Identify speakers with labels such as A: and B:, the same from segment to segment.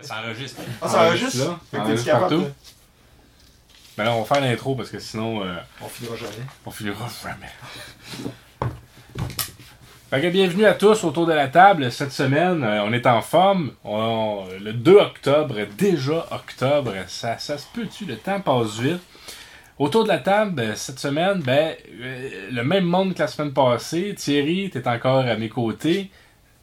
A: Ça enregistre.
B: Ah, ça va
C: Enregistre
B: juste.
C: là.
B: Fait que
C: Enregistre
B: t'es capable.
C: partout.
B: de-
C: Ben là, on va faire l'intro parce que sinon, euh,
B: On finira jamais.
C: on finira jamais. Fait que bienvenue à tous autour de la table. Cette semaine, euh, on est en forme. On- on- le 2 octobre, déjà octobre, ça, ça se peut-tu? Le temps passe vite. Autour de la table, ben, cette semaine, ben, euh, le même monde que la semaine passée. Thierry, t'es encore à mes côtés.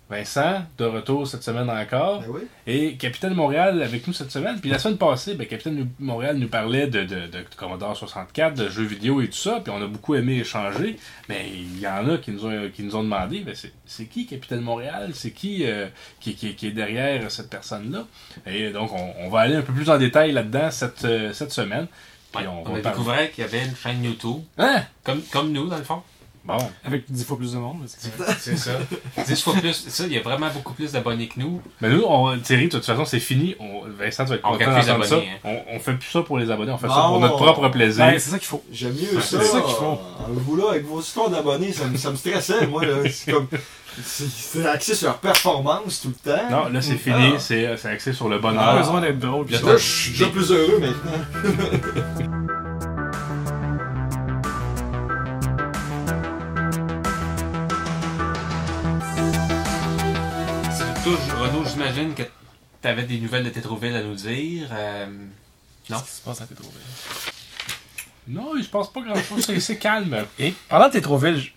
C: Vincent, de retour cette semaine encore.
B: Ben oui.
C: Et Capitaine Montréal avec nous cette semaine. Puis la semaine passée, ben, Capitaine Montréal nous parlait de, de, de Commodore 64, de jeux vidéo et tout ça. Puis on a beaucoup aimé échanger. Mais il y en a qui nous ont, qui nous ont demandé ben, c'est- c'est qui Capitaine Montréal C'est qui, euh, qui, qui, qui est derrière cette personne-là Et donc on, on va aller un peu plus en détail là-dedans cette, euh, cette semaine. Puis
A: Ouais, on
C: va parler-
A: a découvert qu'il y avait une chaîne YouTube,
C: Hein
A: comme, comme nous, dans le fond.
C: Bon,
D: Avec 10 fois plus de monde. parce que-
A: C'est ça. 10 fois plus. Ça, il y a vraiment beaucoup plus d'abonnés que nous.
C: mais nous, on, Thierry, de toute façon, c'est fini. On, Vincent, tu vas être
A: On
C: content
A: regarde les
C: d'entendre ça.
A: abonnés, hein.
C: On, on fait plus ça pour les abonnés, on fait ça
B: Bon.
C: pour notre propre plaisir.
D: Ben, c'est ça qu'il faut.
B: J'aime mieux ça.
D: C'est ça qu'ils font.
B: euh, Vous là, avec vos histoires d'abonnés, ça me, ça me stressait, moi. là. C'est comme. c'est- C'est axé sur la performance tout le temps.
C: Non, là c'est fini,
B: Ah.
C: c'est euh, c'est axé sur le
D: On a
A: Ah.
C: bonheur.
D: besoin d'être drôle.
C: Le
D: pis
B: Là,
D: ça.
B: je suis déjà plus heureux maintenant.
A: C'est tout. Renaud, j'imagine que t'avais des nouvelles de Tétroville à nous dire. euh, Non.
D: Qu'est-ce qui se passe à Tétroville?
C: Non, il se passe pas grand chose, c'est calme.
D: Et parlant de Tétroville, je-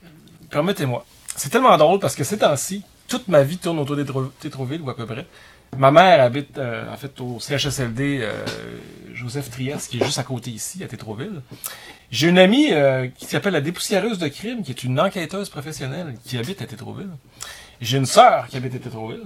D: permettez-moi. C'est tellement drôle parce que ces temps-ci, toute ma vie tourne autour des Tétro- Tétroville ou à peu près. Ma mère habite euh, en fait au CHSLD euh, Joseph Trias, qui est juste à côté ici, à Tétroville. J'ai une amie euh, qui s'appelle la dépoussiéreuse de crime, qui est une enquêteuse professionnelle qui habite à Tétroville. J'ai une sœur qui habite à Tétroville,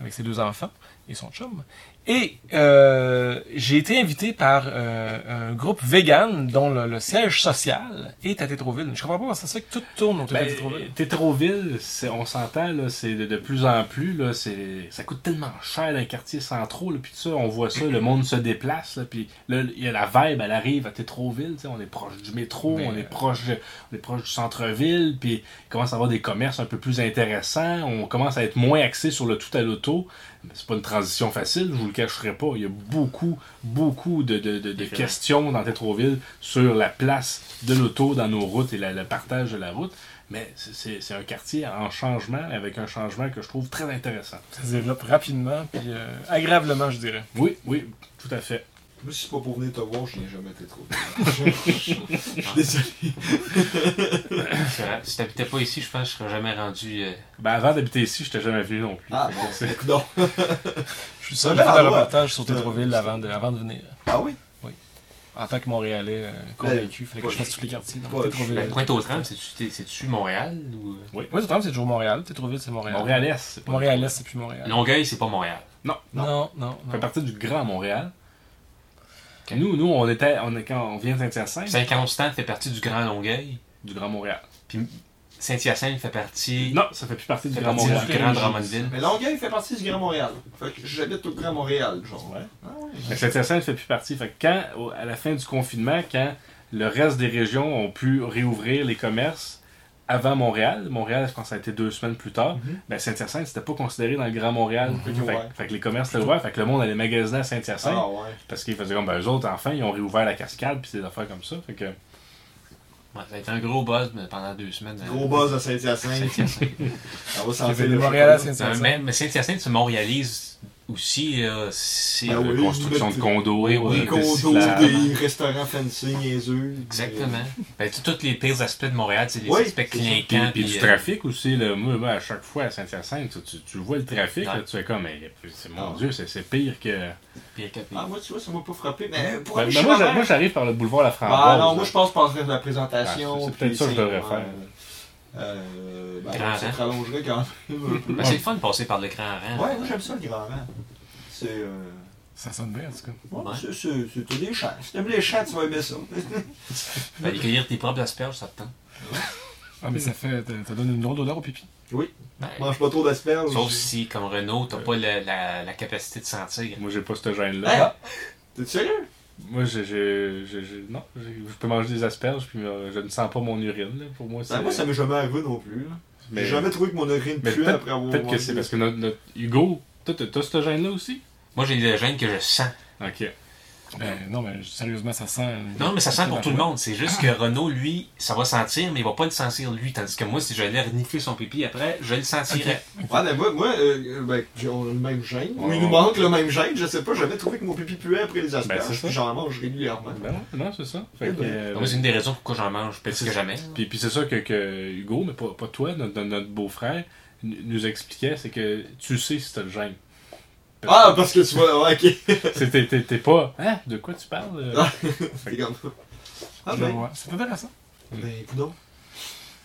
D: avec ses deux enfants et son chum. Et euh, j'ai été invité par euh, un groupe vegan dont le, le siège social est à Tétroville. Je comprends pas comment ça se fait que tout tourne autour de
C: Ben,
D: Tétroville.
C: Tétroville, c'est- on s'entend, là, c'est de, de plus en plus, là, c'est- ça coûte tellement cher d'un quartier central, là, puis tout ça, on voit ça, le monde se déplace, là, puis là, il y a la vibe, elle arrive à Tétroville, tu sais, on est proche du métro,
D: Mais,
C: on, est
D: euh,
C: proche de- on est proche du centre-ville, puis il commence à avoir des commerces un peu plus intéressants, on commence à être moins axé sur le tout à l'auto. C'est pas une transition facile, je vous le cacherai pas. Il y a beaucoup, beaucoup de, de- de- de
A: Effectivement.
C: questions dans Tétroville sur la place de l'auto dans nos routes et la- le partage de la route. Mais c'est- c'est c'est un quartier en changement, avec un changement que je trouve très intéressant.
D: Ça se développe rapidement, puis euh, agréablement, je dirais.
C: Oui, oui, tout à fait.
B: Moi, si c'est pas pour venir te voir, je n'ai jamais été trop. Je suis désolé.
A: c'est- Si t'habitais pas ici, je pense que je serais jamais rendu. euh,
C: Ben, avant d'habiter ici, je n'étais jamais venu non plus.
B: Ah,
C: Fait que
B: bon,
C: c'est-
B: c'est non.
D: Je suis
B: C'est
D: seul
B: un
D: à faire le
B: endroit.
D: reportage sur
B: C'est un-
D: Tétroville avant de, avant de venir.
B: Ah oui?
D: En tant que Montréalais euh, convaincu, il fallait que
B: ouais,
D: je fasse tous les quartiers. donc
B: ouais,
A: Ben,
D: Tétroville.
A: pointe aux trembles, c'est-tu t'es- c'est-tu Montréal ou. euh,
D: Oui, tout c'est toujours Montréal. Tétroville, c'est Montréal.
C: Montréal-Est. c'est pas-
D: Montréal, c'est plus Montréal.
A: Longueuil, c'est pas Montréal.
B: non.
D: non, non.
C: Ça
D: non.
C: fait partie du Grand Montréal. Nous, nous, on était, on est, quand on vient de Saint-Hyacinthe,
A: Saint-Constant fait partie du Grand Longueuil.
C: du Grand Montréal.
A: Saint-Hyacinthe fait partie.
C: Non, ça fait plus partie du
A: fait
C: Grand
A: partie
C: Montréal.
A: du Grand Drummondville.
B: Mais Longueuil fait partie du Grand Montréal. Fait que j'habite au Grand Montréal, genre.
C: Ouais.
B: Ah oui.
C: Mais cette scène ne fait plus partie. Fait que quand, au- à la fin du confinement, quand le reste des régions ont pu réouvrir les commerces avant Montréal, Montréal, je pense que ça a été deux semaines plus tard,
B: Mhm.
C: ben Saint-Hyacinthe, c'était pas considéré dans le Grand Montréal.
B: Mhm.
C: Fait,
B: Ouais.
C: fait que les commerces étaient ouverts, fait que le monde allait magasiner à Saint-Hyacinthe
B: Ah ouais.
C: parce qu'ils faisaient comme, ben eux autres, enfin, ils ont réouvert la cascade puis des affaires comme ça. Fait que,
A: Ouais, ça a été un gros buzz mais pendant deux semaines.
B: Gros
A: hein.
B: buzz à Saint-Hyacinthe.
A: Saint-Hyacinthe.
B: On va s'en
D: J'ai fait
B: dire
D: le
B: le
D: Montréal à
B: chocolat.
A: C'est un
D: Saint-Saint.
A: même- Euh, mais Saint-Hyacinthe se montréalise aussi. là, c'est
B: Ah
C: la
B: oui,
C: construction
B: mais-
C: de condos,
A: Oui,
C: euh,
A: oui,
B: Des
C: de
B: condos,
C: cyclables.
B: des restaurants fancy, niaiseux.
A: Exactement. Ben, tu- tous les pires aspects de Montréal, c'est les
B: Oui.
A: aspects
C: Puis,
A: clinquants.
C: puis
A: puis,
C: du
A: euh,
C: trafic aussi, là, moi, moi, à chaque fois à Saint-Hyacinthe, tu, tu- tu vois le trafic,
A: Ouais.
C: là, tu fais comme, Hey, c'est- mon
B: Ah.
C: Dieu, c'est c'est pire que.
A: puis avec- euh,
B: Ah, moi, tu vois, ça m'a pas frappé. Mais pour
C: Ben,
B: aller
C: ben,
B: chez
C: moi,
B: ma
C: j'a-
B: mère-
C: moi, j'arrive par le boulevard La Framboise.
B: Ah non, moi,
C: là.
B: je pense par la présentation.
C: Ah, c'est- c'est
B: puis
C: peut-être ça que je
B: c'est-
C: devrais
B: ouais.
C: faire.
B: Euh, ben,
A: Grand
B: ça
A: rang.
B: te rallongerait quand même un peu.
A: Ben, c'est le fun de passer par le grand rang.
B: Ouais, moi, j'aime ça, le grand rang. C'est... euh,
D: Ça sonne bien, en tout cas.
B: ouais,
A: Ouais.
B: c'est- c'est- c'est- T'as des chats. Si t'aimes les chats, tu vas aimer ça.
A: Ben, aller cueillir tes propres asperges, ça te tente.
D: Ah, mais ça fait. Ça donne une drôle d'odeur au pipi.
A: Ben,
B: Mange pas trop d'asperges.
A: sauf si, comme Renault, t'as pas la, la, la capacité de sentir.
C: Moi, j'ai pas ce gêne-là.
B: Hein? T'es sérieux?
C: Moi, j'ai, j'ai, j'ai- j'ai- non, j'ai- je peux manger des asperges, puis euh, je ne sens pas mon urine. là. Pour moi, c'est.
B: Ben, moi, ça m'est jamais arrivé non plus. là.
C: mais
B: J'ai jamais trouvé que mon urine
C: mais
B: puait
C: peut-être-
B: après avoir
C: peut-être que
B: mangé.
C: c'est parce que notre, notre- Hugo, toi, t'as, t'as ce gêne-là aussi
A: Moi, j'ai des gènes que je sens.
C: Ok.
D: Ben, non, mais sérieusement, ça sent.
A: Non, mais ça sent pour tout le monde. C'est juste que Renaud, lui, ça va sentir, mais il va pas le sentir lui. Tandis que moi, si j'allais renifler son pipi après, je le sentirais.
B: Ouais, mais moi, moi euh, ben, j'ai- on a le même gène. Ou
C: Ouais,
B: il nous
C: ouais.
B: manque le même gène, je sais pas, j'avais trouvé que mon pipi puait après les asperges,
C: c'est ça.
B: puis j'en mange régulièrement.
C: Ben non, non, c'est ça. Fait
B: Eh
C: que,
B: ben.
C: euh,
A: Moi, c'est une des raisons pourquoi j'en mange plus
C: C'est
A: que
C: ça.
A: jamais.
C: Puis, puis c'est ça que, que Hugo, mais pas, pas toi, notre, notre beau-frère, n- nous expliquait, c'est que tu sais si t'as le gène.
B: Ah, parce que tu vois, ouais, ok.
C: C'est- t'es- T'es t'es pas. Hein? De quoi tu parles? euh?
B: Ah. C'est comme ça. Ah
D: Je
B: ben,
D: vois. C'est intéressant.
B: ben, coudonc.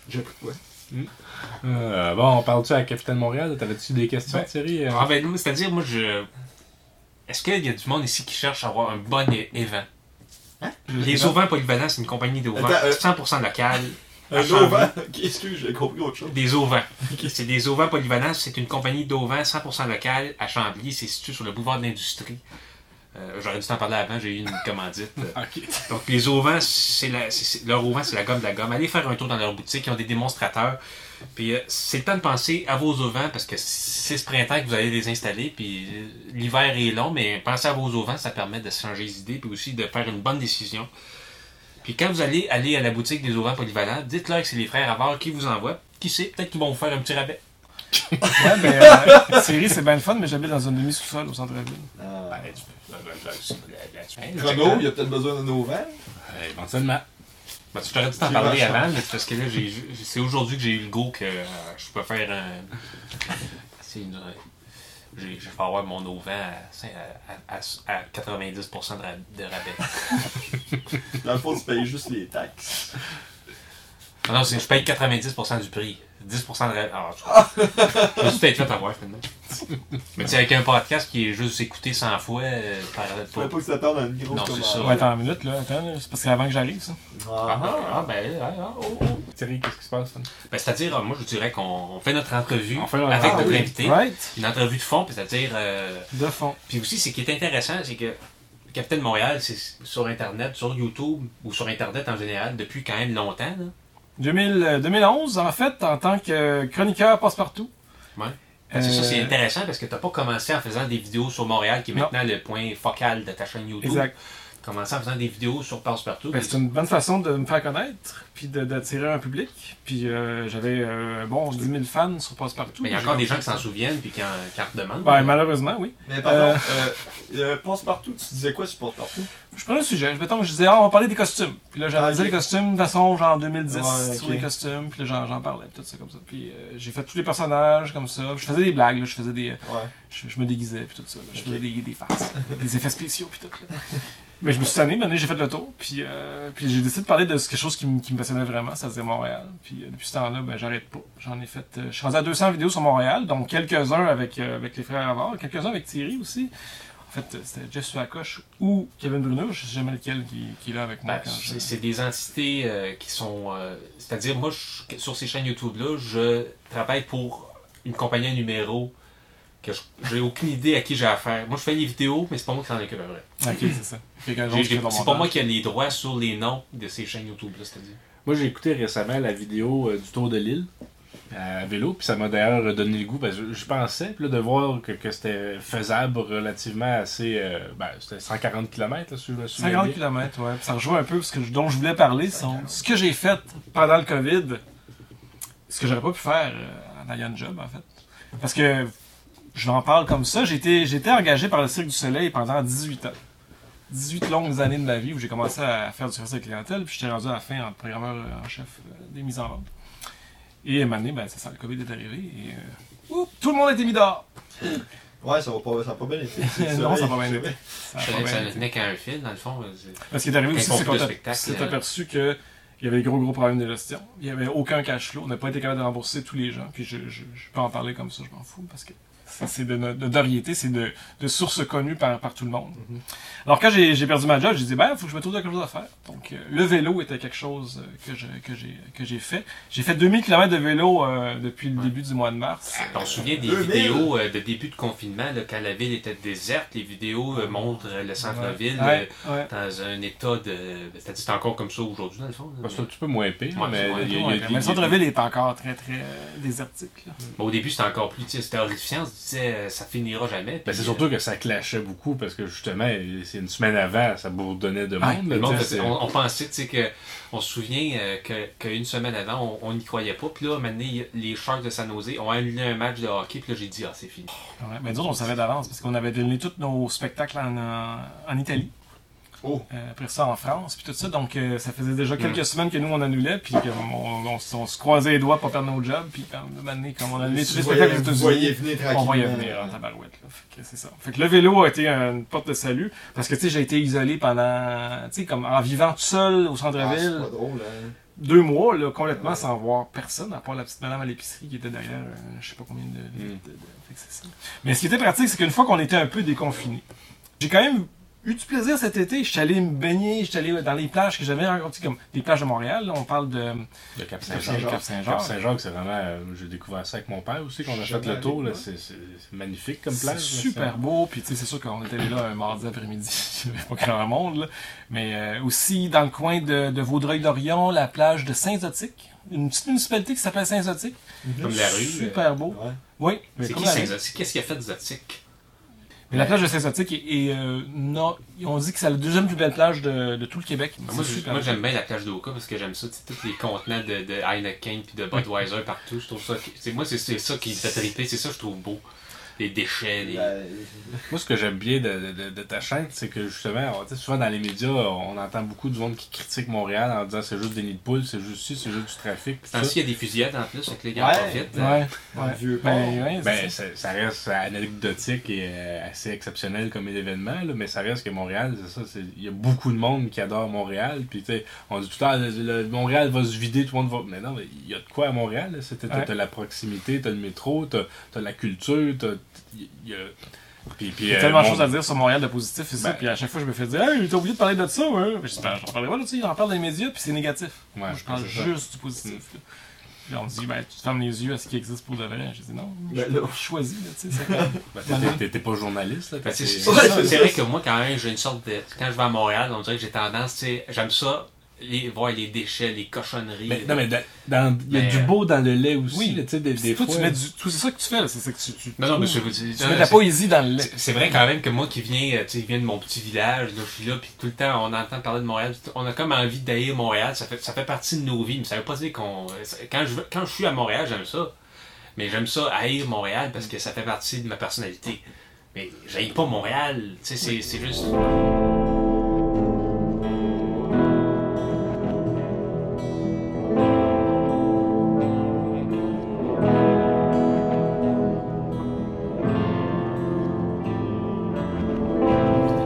B: J'ai appris de quoi?
C: Euh, bon, on parle-tu à la Capitaine Montréal? T'avais-tu des questions, Thierry? Euh,
A: Ah ben, non, c'est-à-dire, moi, je. Est-ce qu'il y a du monde ici qui cherche à avoir un bon é- évent? Les auvents polyvalents, c'est une compagnie d'auvents
B: Attends, euh,
A: 100% locale.
B: Un
A: Ah,
B: auvent. Qu'est-ce que ben, j'ai compris autre chose?
A: Des auvents. C'est des auvents polyvalents. C'est une compagnie d'auvents 100% locale à Chambly. C'est situé sur le boulevard de l'Industrie. Euh, J'aurais dû t'en parler avant, j'ai eu une commandite.
C: Ok.
A: Donc, les auvents, c'est la, c'est- c'est- leur auvent, c'est la gomme de la gomme. Allez faire un tour dans leur boutique, ils ont des démonstrateurs. Puis, euh, c'est le temps de penser à vos auvents parce que c'est ce printemps que vous allez les installer. Puis, euh, l'hiver est long, mais pensez à vos auvents, ça permet de changer les idées puis aussi de faire une bonne décision. Puis, quand vous allez aller à la boutique des auvents polyvalents, dites-leur que c'est les frères Avard qui vous envoient. Qui sait, peut-être qu'ils vont vous faire un petit rabais.
D: Ouais, ben, euh, Thierry, c'est bien le fun, mais j'habite dans un demi-sous-sol au centre-ville.
B: Euh,
C: Ben, tu peux- ben, ben, ben, ben, ben, ben, ben,
B: Renaud, il y a peut-être besoin d'un auvent.
C: ben, Éventuellement.
A: Ben, tu t'aurais dû t'en
B: C'est
A: parler
B: vachement.
A: avant, mais c'est parce que là, j'ai- j'ai- c'est aujourd'hui que j'ai eu le go que euh, je peux faire un. C'est une. J'ai, je vais avoir mon auvent à, cin- à, à, à 90% de, ra- de rabais.
B: Dans le fond, tu payes juste les taxes.
A: Ah Non, non, c'est, je paye 90% du prix. 10% de rabais. Ah, je je me suis peut-être fait avoir finalement. Mais tu sais, avec un podcast qui est juste écouté 100 fois, euh, par,
B: Tu pas
A: pour-
B: que ça tombe dans une grosse
A: Non, c'est
B: commande.
A: ça.
D: Ouais, attends une minute, là. Attends, là, c'est parce qu'avant que j'arrive, ça.
A: Ah,
B: Ah,
A: ah, ben, ah, ah, oh, oh.
C: Thierry, qu'est-ce qui se passe?
A: Ben, c'est-à-dire, euh, moi, je dirais qu'on on fait notre entrevue
C: On fait notre-
A: avec
C: Ah,
A: notre
C: oui.
A: invité.
D: Right?
A: Une entrevue de fond, puis c'est-à-dire. euh,
D: De fond.
A: Puis aussi, ce qui est intéressant, c'est que Capitaine Montréal, c'est sur Internet, sur YouTube ou sur Internet en général depuis quand même longtemps. là.
D: 2000, euh, 2011, en fait, en tant que chroniqueur passe-partout.
A: Ouais. Fait que C'est ça, c'est
D: Euh,
A: intéressant parce que t'as pas commencé en faisant des vidéos sur Montréal, qui est
D: Non.
A: maintenant le point focal de ta chaîne YouTube.
D: Exact.
A: Commencé en faisant des vidéos sur Passe-Partout.
D: Ben, c'est une bonne façon de me faire connaître, puis de- d'attirer un public. Puis euh, j'avais, euh, bon, 10 000 fans sur Passepartout.
A: mais il y a encore des gens qui s'en souviennent puis qui en, qui en redemandent.
D: Ben, malheureusement, oui.
B: Mais pardon, euh, euh, passe-partout, tu disais quoi sur passe-partout?
D: Je prenais un sujet. Je, mettons, je disais, ah, on va parler des costumes. Puis là, j'analysais
B: Ah, ok.
D: les costumes de façon, genre 2010,
B: Ouais,
D: sur
B: ok.
D: les costumes. Puis là, j'en, j'en parlais, tout ça comme ça. Puis euh, j'ai fait tous les personnages comme ça. Je faisais des blagues, là. Je faisais des. euh,
B: Ouais.
D: Je, je me déguisais, puis tout ça. là. Je
B: Ok.
D: faisais des, des farces, des effets spéciaux, puis tout. là. Mais je me suis tanné, maintenant j'ai fait le tour, puis, euh, puis j'ai décidé de parler de ce- quelque chose qui, me- qui me passionnait vraiment, ça faisait Montréal. Puis euh, depuis ce temps-là, ben, j'arrête pas. J'en ai fait. euh, je suis rendu à 200 vidéos sur Montréal, donc quelques-uns avec, euh, avec les frères Avard, quelques-uns avec Thierry aussi. En fait, euh, c'était Jeff Suacoche ou Kevin Bruno, je sais jamais lequel qui, qui est là avec moi.
A: Ben,
D: quand je-
A: c'est c'est des entités euh, qui sont. euh, C'est-à-dire, moi, je- sur ces chaînes YouTube-là, je travaille pour une compagnie à numéro que je- j'ai aucune idée à qui j'ai affaire. Moi, je fais les vidéos, mais c'est pas moi qui s'en occupe après.
D: Ok, c'est ça. Quelqu'un
A: J'ai-
D: d'autre qui
A: j'ai-
D: fait ton
A: C'est pas moi
D: montage.
A: qui ai les droits sur les noms de ces chaînes YouTube-là, c'est-à-dire.
C: Moi, j'ai écouté récemment la vidéo euh, du Tour de l'île à vélo, puis ça m'a d'ailleurs donné le goût, parce que je pensais, puis là, de voir que, que c'était faisable relativement assez... euh, ben, c'était 140 km, là, si je me souviens
D: 50
C: bien.
D: km, ouais. Puis Ça rejoint un peu ce que, je- dont je voulais parler. c'est ce que j'ai fait pendant le COVID, ce que j'aurais pas pu faire euh, en ayant un job, en fait. Parce que je n'en parle comme ça. J'ai été, j'ai été engagé par le Cirque du Soleil pendant 18 ans. 18 longues années de ma vie où j'ai commencé à faire du service à la clientèle, puis j'étais rendu à la fin en programmeur euh, en chef euh, des mises en vente. Et à un moment donné, ben, c'est ça, le COVID est arrivé et euh, oups, tout le monde a été mis dehors.
B: Ouais, ça va pas, ça va pas bien été.
D: non, ça va bien
B: C'est
D: été.
B: vrai.
D: Ça a
A: Ça
D: Ah, pas bien
A: ne
D: été.
A: tenait qu'à un fil, dans le fond. euh, c'est-
D: Parce qu'il est arrivé aussi,
A: Quand
D: c'est
A: on fait
D: qu'on
A: le
D: t'a-
A: spectacle,
D: s'est
A: euh,
C: hein.
D: aperçu que il y avait des gros gros problèmes de gestion. Il n'y avait aucun cash flow. On n'a pas été capable de rembourser tous les gens. Puis je, je, je peux en parler comme ça, je m'en fous. Parce que ça, c'est de, no- de notoriété, c'est de, de sources connues par, par tout le monde.
C: Mm-hmm.
D: Alors quand j'ai j'ai perdu ma job, j'ai dit, ben, il faut que je me trouve quelque chose à faire. Donc euh, le vélo était quelque chose euh, que je- que j'ai que j'ai fait. J'ai fait 2000 km de vélo euh, depuis le début du mois de mars.
A: On se souvient des
B: 2000.
A: vidéos euh, de début de confinement, là, quand la ville était déserte, les vidéos euh, montrent euh, le centre-ville
D: Ouais, ouais.
A: euh, dans un état de. ben, C'est-à-dire, c'est encore comme ça aujourd'hui, dans le fond. là.
C: Parce que Bah, C'est un petit peu moins pire,
A: Ouais,
C: mais
A: c'est moins
C: il y a- il y a
D: Ouais,
C: des-
D: mais le centre-ville est encore très, très euh, désertique. là.
A: Mais au début, c'était encore plus. tu sais, C'était horrifiant. disait euh, ça finira jamais.
C: Ben,
A: Puis,
C: c'est
A: euh,
C: surtout que ça clashait beaucoup parce que justement, c'est une semaine avant, ça bourdonnait de
A: ouais,
C: monde. là,
A: le monde
C: tu sais,
A: faisait-
C: c'est-
A: on, on pensait, tu sais, que, on se souvient euh, que- qu'une semaine avant, on n'y croyait pas. Puis là, maintenant, les Sharks de San Jose ont annulé un match de hockey. Puis là, j'ai dit, ah, c'est fini.
D: Ouais, mais nous autres, on savait d'avance parce qu'on avait donné tous nos spectacles en, en- en Italie.
B: Oh.
D: Euh, après ça, en France, puis tout ça. Donc, euh, ça faisait déjà quelques semaines que nous, on annulait, puis qu'on- on, on s- on se croisait les doigts pour perdre nos jobs, puis quand un moment donné, comme on annulait tous les
B: Vous voyez,
D: spectacles aux
B: vous
D: États-Unis,
B: voyez venir
D: on
B: tranquillement. Ah,
D: va y venir hein. en tabarouette. là. Fait que c'est ça. Fait que le vélo a été une porte de salut, parce que, tu sais, j'ai été isolé pendant, tu sais, comme en vivant tout seul
B: Ah,
D: au
B: c'est
D: centre-ville,
B: pas drôle, hein.
D: deux mois, là, complètement
B: Ouais.
D: sans voir personne, à part la petite madame à l'épicerie qui était derrière, euh, je sais pas combien de. de-
A: Hmm.
D: de- fait que c'est ça. Mais ce qui était pratique, c'est qu'une fois qu'on était un peu déconfiné, j'ai quand même eu du plaisir cet été. Je suis allé me baigner, je suis allé dans les plages que j'avais rencontrées, comme des plages de Montréal. là, on parle de.
C: Le Cap
D: Cap-Saint-Jacques.
C: Saint-Jacques. Cap Saint-Jacques, c'est vraiment. euh, J'ai découvert ça avec mon père aussi, qu'on a
B: Je suis
C: fait le
B: allé,
C: tour. là,
B: ouais.
C: C'est c'est- c'est magnifique comme plage.
D: C'est
C: là,
D: super beau, puis tu sais, c'est sûr qu'on était là un mardi après-midi, il n'y avait pas grand monde, là. mais euh, aussi dans le coin de, de Vaudreuil-Dorion, la plage de Saint-Zotique, une petite municipalité qui s'appelle Saint-Zotique,
A: Comme la rue. euh,
D: super beau.
B: Ouais.
D: Oui, mais
A: C'est
D: comme
A: qui
D: la rue.
A: Saint-Zotique? Qu'est-ce qu'il a fait de Zotique?
D: Mais la plage de Saint-Zotique est, est, euh, non, on dit que c'est la deuxième plus belle plage de, de tout le Québec.
C: Ah,
A: Ben, Moi,
D: C'est
A: je-
D: super
A: moi
D: beau.
A: j'aime bien la plage d'Oka parce que j'aime ça, tu sais, tous les contenants de, de Heineken puis de Budweiser partout. Je trouve ça. que- c'est- Moi, c'est c'est ça qui me fait triper, c'est ça que je trouve beau. Les déchets, les.
B: La-
C: Moi, ce que j'aime bien de, de- de ta chaîne, c'est que justement, on- tu sais, souvent dans les médias, on entend beaucoup du monde qui critique Montréal en disant c'est juste des nids de poules, c'est juste ci, c'est juste du trafic. pis
A: C'est
C: ça.
A: ainsi, il y a des fusillades en plus, donc les gars
B: Ouais.
A: en profitent.
C: euh,
D: Ouais,
B: Un
D: ouais.
B: vieux
D: Ben,
B: port.
D: ouais, c'est
C: Ben,
D: ça.
C: ça, ça reste anecdotique et euh, assez exceptionnel comme événement, là, mais ça reste que Montréal, c'est ça, c'est- il y a beaucoup de monde qui adore Montréal, puis tu sais, on dit tout le temps, le- le- Montréal va se vider, tout le monde va... Mais non, mais il y a de quoi à Montréal, là, c'est- t'as
D: Ouais.
C: t'as la proximité, t'as le métro, t'as t'as la culture, t'as... il y a- Puis, puis,
D: il y a
C: euh,
D: tellement de
C: mon-
D: choses à dire sur Montréal de positif et ça,
C: Ben.
D: puis à chaque fois je me fais dire Hey, t'as oublié de parler de ça, hein? Puis je dis, Ben, j'en parlerai pas, là, tu sais, j'en parle dans les médias, puis c'est négatif.
C: Ouais,
D: Moi, je parle
C: c'est ça.
D: juste du positif. là. Puis là, on me dit, ben, tu te fermes les yeux à ce qui existe pour de vrai. Je dis, non, je
B: Ben, là.
D: je choisis, là, tu sais, c'est comme-
C: Ben, t'es- t'es- T'es t'es pas journaliste, là.
A: Ben, tu
C: t'es-
A: sais,
B: Ouais,
A: c'est-
B: c'est
A: c'est
B: ça.
A: vrai que moi, quand même, j'ai une sorte de. Quand je vais à Montréal, on dirait que j'ai tendance, tu sais, j'aime ça, les, voir les déchets, les cochonneries.
C: Mais, non, mais dans- dans- il y a
A: Mais,
C: du beau dans le lait aussi,
D: euh, Oui.
C: là, tu sais, des, des
D: Toi,
C: fois.
D: tu mets du. tout- C'est ça que tu fais, là, c'est ça que tu. tu-
A: Non, non, mais je-
D: tu mets de la poésie dans le lait.
A: C'est- C'est vrai quand même que moi qui viens, euh, tu sais, viens de mon petit village, là, je suis là, puis tout le temps on entend parler de Montréal, puis on a comme envie d'haïr Montréal, ça fait, ça fait partie de nos vies, mais ça veut pas dire qu'on... euh, ça- Quand je, veux- quand je suis à Montréal, j'aime ça, mais j'aime ça haïr Montréal parce que ça fait partie de ma personnalité. Mais j'haïs pas Montréal, tu sais, c'est- c'est juste...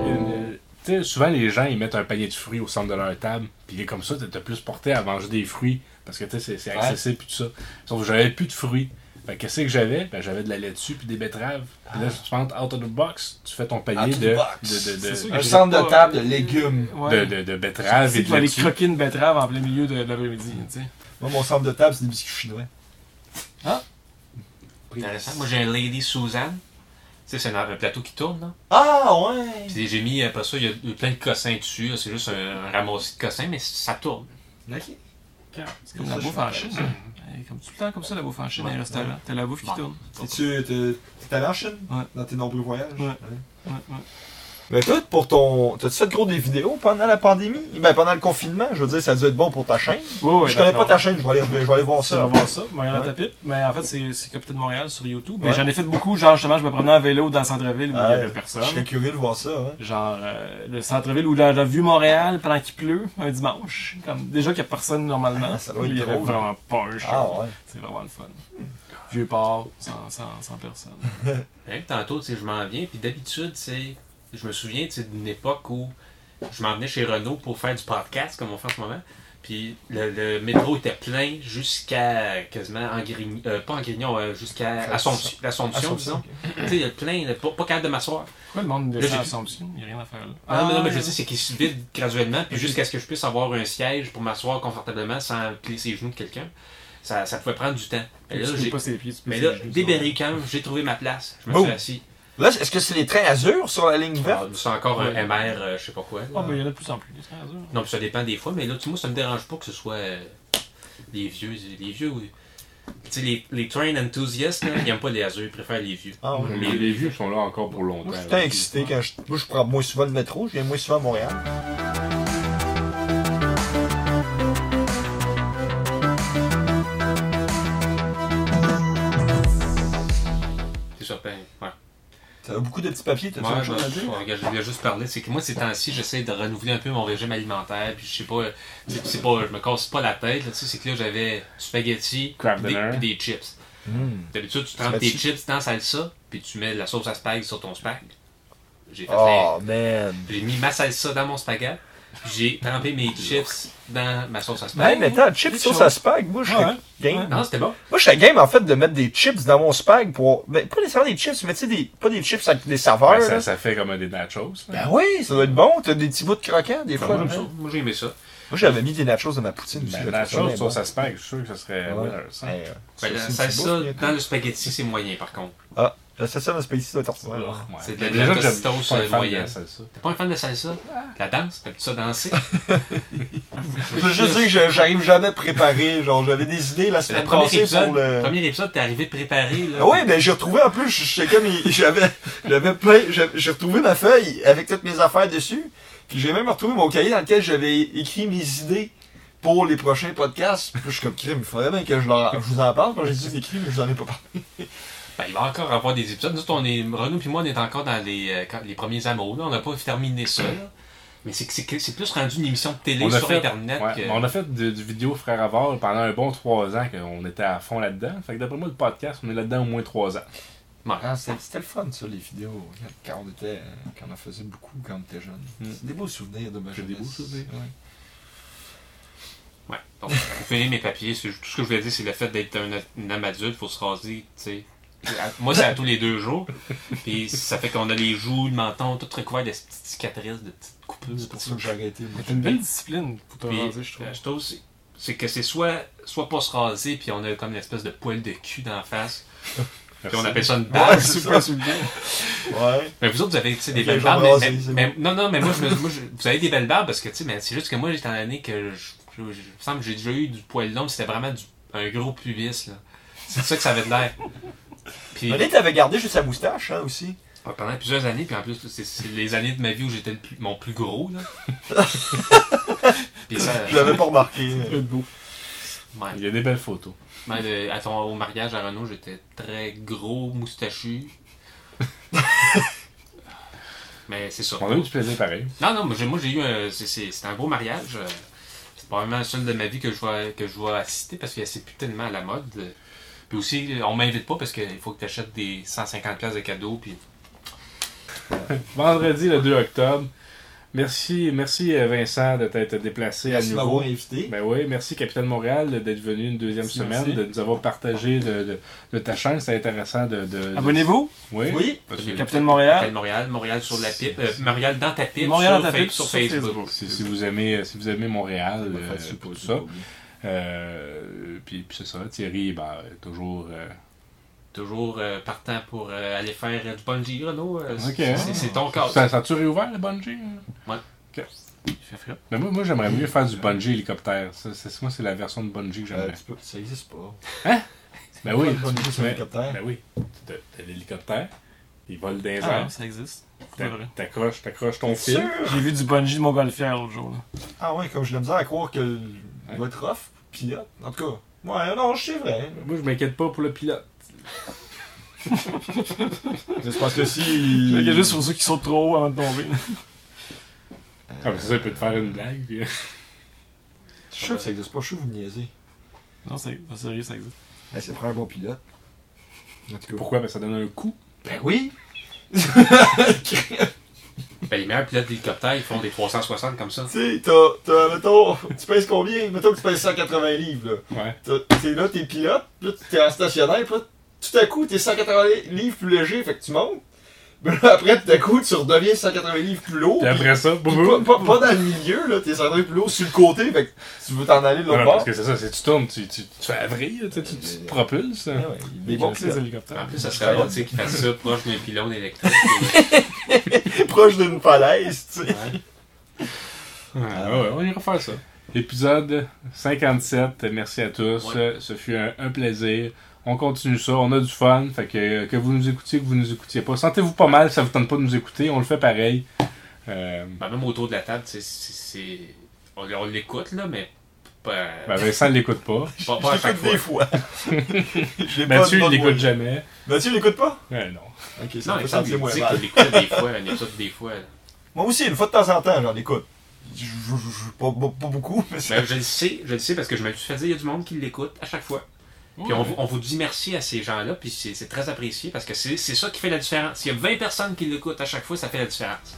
C: Une- euh, tu sais, souvent les gens ils mettent un panier de fruits au centre de leur table, puis comme ça, t'es- t'es plus porté à manger des fruits parce que tu sais, c'est- c'est accessible puis tout ça. Sauf que j'avais plus de fruits. Fait que qu'est-ce que j'avais Ben j'avais de la laitue puis des betteraves. Puis là, si tu penses out of the box, tu fais ton panier
B: Ah. of
C: de,
B: the box.
C: de, de, de-
D: sûr
B: Un
D: Je sais
B: centre
D: pas.
B: de table de légumes.
D: Ouais.
C: de- de- de
D: Tu
C: betteraves
D: sais,
C: et
D: tu
C: de
D: vas aller
C: laitue.
D: croquer une betterave en plein milieu de, de l'après-midi, tu sais.
B: Moi, mon centre de table, c'est des biscuits chinois.
A: Intéressant. Moi j'ai un Lady Suzanne, tu sais, c'est un, un plateau qui tourne, là.
B: Ah, ouais!
A: Puis j'ai mis, euh, après ça, il y a eu plein de cossins dessus, là. c'est juste un, un ramassis de cossins, mais ça tourne.
B: Ok.
D: C'est comme la bouffe en Chine. Elle est Comme tout le temps, comme ça, la bouffe en Chine dans les restaurants. T'as la bouffe qui
A: Ouais.
D: tourne.
B: T'es-tu t'es- t'es allé en Chine?
D: Ouais.
B: Dans tes nombreux voyages?
D: Ouais. Ouais, ouais.
B: Mais Ben, toi, pour ton. T'as-tu fait gros des vidéos pendant la pandémie? Ben, pendant le confinement, je veux dire, ça devait être bon pour ta chaîne.
D: Ouais, ouais,
B: je connais pas
D: d'accord.
B: ta chaîne, je vais aller, je vais aller voir
D: Tu vas
B: ça.
D: voir ça, Montréal à
B: Ouais.
D: ta pipe. Mais en fait, c'est c'est Capitaine Montréal sur YouTube. Mais
B: Ouais.
D: j'en ai fait beaucoup. Genre, justement, je me promenais en vélo dans le centre-ville où il y avait
B: Ouais.
D: personne.
B: Euh, Je serais curieux de voir ça, hein.
D: Genre, euh, le centre-ville où la, la vue Montréal pendant qu'il pleut, un dimanche. Comme, déjà qu'il n'y a personne normalement.
B: Ah, ça doit être
D: il y avait
B: drôle.
D: vraiment pas un chat.
B: Ah ouais.
D: C'est vraiment le fun. Vieux port, sans, sans, sans personne.
A: Hein, tantôt, tu sais, je m'en viens, puis d'habitude, tu sais, je me souviens tu sais, d'une époque où je m'en venais chez Renault pour faire du podcast, comme on fait en ce moment, puis le, le métro était plein jusqu'à quasiment, en Grign- euh, pas en Grignon, euh, jusqu'à Assomption, l'Assomption, disons. Tu sais, il y a plein, là, pas, pas capable de m'asseoir.
D: Pourquoi le monde
A: Là, j'ai
D: descend à
A: vu-
D: Assomption Il n'y a rien à faire là. Ah,
A: Non, non, non, Ah, mais je sais, c'est qu'il se vide graduellement, puis jusqu'à ce que je puisse avoir un siège pour m'asseoir confortablement sans plier ses genoux de quelqu'un, ça, ça pouvait prendre du temps. Mais là,
D: tu peux
A: j'ai-
D: pas ses pieds, tu peux
A: mais
D: ses
A: là,
D: genoux, ça.
A: déberré quand même, j'ai trouvé ma place. Je me
B: Boum.
A: suis assis.
B: Là, est-ce que c'est les trains azur sur la ligne
A: Alors,
B: verte?
A: C'est encore un MR, euh, je sais pas quoi. là.
D: Ah, ben, il y en a de plus en plus. des trains à zéro.
A: Non, puis ça dépend des fois, mais là, tu vois, ça me dérange pas que ce soit euh, les vieux, les vieux, oui. tu sais, les, les train enthusiastes, là, ils n'aiment pas les azur, ils préfèrent les vieux.
B: Ah, ouais.
C: Les, les vieux sont là Ben, encore pour longtemps.
A: Ben,
B: Moi, je suis tout le temps excité quand je. Moi, je prends moins souvent le métro, je viens moins souvent à Montréal.
A: C'est sûr, ben, ouais.
B: T'as beaucoup de petits papiers, t'as
A: Moi,
B: autre
A: ben,
B: chose à dire?
A: ouais, regarde, je voulais juste parler, c'est que moi, ces temps-ci, j'essaie de renouveler un peu mon régime alimentaire, puis je sais pas, tu sais, puis c'est pas, je me casse pas la tête, là, tu sais, c'est que là, j'avais du spaghetti,
C: Crab
A: des,
C: dinner.
A: puis des chips. D'habitude, tu trempes tes
B: Hmm. Spaghetti.
A: chips dans la salsa, puis tu mets de la sauce à spag sur ton spag. J'ai fait ça.
B: Oh, man.
A: J'ai mis ma salsa dans mon spaghetti, puis j'ai trempé mes chips dans ma sauce à spag.
B: Hey, Ben, mais attends, chips,
D: Des
B: sauce
D: choses.
B: à spag, moi, je suis
D: Ouais.
B: game.
A: Non, c'était bon.
B: Moi, je suis game, en fait, de mettre des chips dans mon spag pour. Ben, pas nécessairement des chips, mais tu sais, des... pas des chips avec des saveurs.
C: Ben, ça,
B: là.
C: ça fait comme des nachos. là.
B: Ben oui, ça doit être bon. T'as des petits bouts de croquants, des fois.
A: J'aime
B: là.
A: ça. Moi, j'ai aimé ça.
B: Moi, j'avais mis des nachos dans ma poutine. aussi,
C: Ben,
B: je le trouvais
C: nachos,
B: bien
C: ça,
B: bon.
C: ça se paye. Je suis sûr que ça serait
B: Ouais.
C: winner, ça.
B: Hey, euh,
A: Ben,
B: c'est
A: la
B: une petite
A: salsa
B: bouffe,
A: dans le spaghetti, c'est moyen, par contre.
B: Ah, la salsa dans le spaghetti, ça doit être
C: Ouais.
B: ordinaire.
A: C'est de la-
C: Déjà
A: de la
C: que j'aime-
A: tostitos,
C: je suis pas
A: euh,
C: un fan de
A: moyenne.
C: salsa.
A: T'es pas un fan de salsa?
B: Ah.
A: La danse? T'aimes-tu ça danser?
B: Je veux juste dire que je- j'arrive jamais préparé. Genre, j'avais des idées la
A: C'est le
B: semaine
A: premier
B: passée
A: épisode.
B: sur le.
A: Premier épisode, t'es arrivé préparé. Là.
B: Ah ouais, ben j'ai retrouvé en plus, j'étais comme, il- j'avais, j'avais plein, j'avais- j'ai retrouvé ma feuille avec toutes mes affaires dessus, puis j'ai même retrouvé mon cahier dans lequel j'avais écrit mes idées pour les prochains podcasts. Puis je suis comme, crime, il faudrait bien que je, leur- je vous en parle quand j'ai dit écrit, mais je n'en ai pas parlé.
A: Ben, il va encore avoir des épisodes. Nous, autres, on est, Renaud puis moi, on est encore dans les, euh, quand- les premiers amours. là. On n'a pas terminé ça. là. Mais c'est que- c'est que- c'est plus rendu une émission de télé
C: On a
A: sur
C: fait-
A: Internet.
C: Ouais,
A: que-
C: mais On a fait du, du vidéo Frère Avard pendant un bon 3 ans qu'on était à fond là-dedans. Fait que d'après moi, le podcast, on est là-dedans au moins 3 ans.
B: Ah, c'était c'était le fun, ça, les vidéos. Quand on était, euh, quand on en faisait beaucoup quand on était jeune.
C: Mm.
B: C'est des beaux souvenirs de ma
C: C'est
B: jeunesse.
C: des beaux souvenirs.
B: Ouais.
A: Ouais. Donc, pour finir mes papiers, c'est- tout ce que je voulais dire, c'est le fait d'être un, une âme adulte, faut se raser, tu sais. À- Moi, c'est à tous les deux jours. Puis ça fait qu'on a les joues, le menton, tout recouvert de petites cicatrices, de petites coupures.
B: C'est pour ça que j'ai arrêté. moi.
D: C'est une belle discipline pour te
A: Puis, euh,
D: raser, je trouve.
A: la chose, c'est que c'est soit, soit pas se raser, puis on a comme une espèce de poil de cul d'en face. Puis on appelle ça une barbe.
B: Ouais, c'est ça. Ouais.
A: Mais vous autres, vous avez tu sais, des
B: Ok,
A: belles
B: je vais
A: barbes.
B: me
A: mais-
B: raser,
A: mais-
B: c'est
A: mais- non, non, mais moi, je me- moi, je- vous avez des belles barbes parce que, tu sais, mais c'est juste que moi, j'étais en année que je, je, je- il me semble que j'ai déjà eu du poil long, c'était vraiment du, un gros pubis, là. C'est de ça que ça avait de l'air. Puis
B: René, t'avais gardé juste sa moustache, hein, aussi.
A: pendant plusieurs années, puis en plus, c'est c'est les années de ma vie où j'étais le plus- mon plus gros, là. puis ça,
B: Je l'avais pas remarqué.
A: ouais.
C: Il y a des belles photos.
A: Ouais, le- euh, à ton, au mariage à Renault, j'étais très gros, moustachu. mais c'est ça.
C: On a eu du plaisir pareil.
A: Non, non, moi j'ai, moi, j'ai eu un. c'est- c'est- C'était un beau mariage. euh, C'est probablement le seul de ma vie que je vais, que je vais assister parce que c'est plus tellement à la mode. euh. Puis aussi, on m'invite pas parce qu'il faut que tu achètes des 150$ piastres de cadeaux. Puis
C: Vendredi le 2 octobre. Merci, merci euh, Vincent de t'être déplacé
B: Merci de
C: à nouveau.
B: m'avoir invité.
C: Ben oui, merci Capitaine Montréal d'être venu une deuxième
D: Merci,
C: semaine,
D: merci.
C: de nous avoir partagé de, de- de ta chaîne. C'est intéressant de. de- de-
D: Abonnez-vous,
C: Oui.
B: Ben Oui.
C: Parce que-
D: Capitaine Montréal.
A: Montréal, Montréal, Montréal sur la pipe. euh, Montréal dans ta pipe.
D: Ah. Montréal
A: sur,
D: dans ta
A: Fa-
D: pipe,
A: sur
D: sur
A: Facebook.
D: Facebook.
C: Si, si vous aimez, euh, si vous aimez Montréal, euh,
B: Facile,
C: tout
B: pas
C: ça.
B: oublié.
C: Euh, puis puis c'est ça, Thierry, ben, toujours. euh,
A: Toujours euh, partant pour euh, aller faire euh, du bungee, Renault. euh,
C: Ok.
D: hein.
A: c'est, c'est- c'est ton cas.
C: Ça, ça a-tu réouvert le bungee
A: Ouais.
C: Ok. Mais moi, moi j'aimerais mieux faire du bungee hélicoptère. Ça, c'est- moi, c'est la version de bungee que
B: Euh,
C: j'aimerais.
B: tu peux- ça existe pas. Euh,
C: ben oui,
B: Pas de bungee
C: tu-
B: sur
C: mais-
B: hélicoptère.
C: Ben oui, t'as t'as l'hélicoptère, il vole dans les
D: Ah,
C: airs,
D: ça existe. C'est
C: t'a-
D: vrai.
C: t'accroches, t'accroches ton
B: Sûr.
C: fil.
D: J'ai vu du bungee de montgolfière l'autre jour. là.
B: Ah ouais, comme j'ai de la misère à croire que le-
C: Ouais.
B: votre offre, pilote, en tout cas. Ouais, non, je sais vrai.
C: Moi, je m'inquiète pas pour le pilote.
B: C'est parce que si.
D: Je regarde juste pour ceux qui sautent trop haut avant de tomber.
C: Comme Ah, ça, il peut te faire une blague. Puis...
B: Je suis sûr que ça existe pas, je suis sûr que vous me niaisez.
D: Non, c'est pas sérieux, ça existe.
B: Ben, c'est prendre un bon pilote. En tout cas.
C: Pourquoi Parce que ça donne un coup.
B: Ben oui!
A: Ben, les meilleurs pilotes d'hélicoptère, ils font des 360 comme ça.
B: Tu sais, t'as, t'as, mettons, tu pèses combien? Mettons que tu pèses 180 livres, là.
C: Ouais.
B: T'as- T'es là, t'es pilote, puis là, t'es en stationnaire, puis là, tout à coup, t'es 180 livres plus léger, fait que tu montes. Mais là, après, tout à coup, tu redeviens 180 livres plus lourd.
C: Puis
B: puis-
C: après ça, boum,
B: Puis
C: boum.
B: Pas, pas, pas dans le milieu, là, t'es centré plus haut sur le côté, fait que tu veux t'en aller de
C: Non,
B: l'autre
C: non,
B: bord.
C: parce que c'est ça, c'est tu tournes, tu, tu, tu fais avril, tu, sais, tu, tu te propulses.
B: Ouais, ouais, il est
D: Des
B: bon
D: bons
B: pilote.
D: les
A: En
D: hélicoptères.
A: plus, ça serait bon, tu sais, qu'ils fassent ça proche d'un pylône électrique.
B: proche d'une falaise, tu sais.
A: Ouais.
C: Ouais, ouais, Ah on ira faire ça. Épisode 57. Merci à tous.
A: Ouais.
C: Euh, Ce fut un, un plaisir. On continue ça. On a du fun. Fait que, euh, que vous nous écoutiez, que vous nous écoutiez pas. Sentez-vous pas mal. Ça vous tente pas de nous écouter. On le fait pareil. Euh,
A: Ben, même autour de la table, tu sais, c'est. c'est- On, on l'écoute, là, mais. Pas,
C: ben Vincent l'écoute pas.
A: pas,
B: Je
A: pas à chaque
B: l'écoute
A: fois.
B: des fois. J'ai pas
C: Mathieu, il
B: de bonne
C: l'écoute
B: voix.
C: jamais.
B: Mathieu, il l'écoute pas?
C: Ouais, non.
B: Ok, ça
A: Non,
B: me fait
A: il
B: sentir
A: me
B: moins
A: dit
B: mal.
A: qu'il l'écoute des fois, un épisode des fois. là.
B: Moi aussi, une fois de temps en temps, j'en écoute. Je- je- je- Pas pas- pas beaucoup, mais ça-
A: Ben, je le sais, je le sais parce que je me suis fait dire il y a du monde qui l'écoute à chaque fois. Puis on, vous- on vous dit merci à ces gens-là, puis c'est c'est très apprécié parce que c'est c'est ça qui fait la différence. S'il y a 20 personnes qui l'écoutent à chaque fois, ça fait la différence.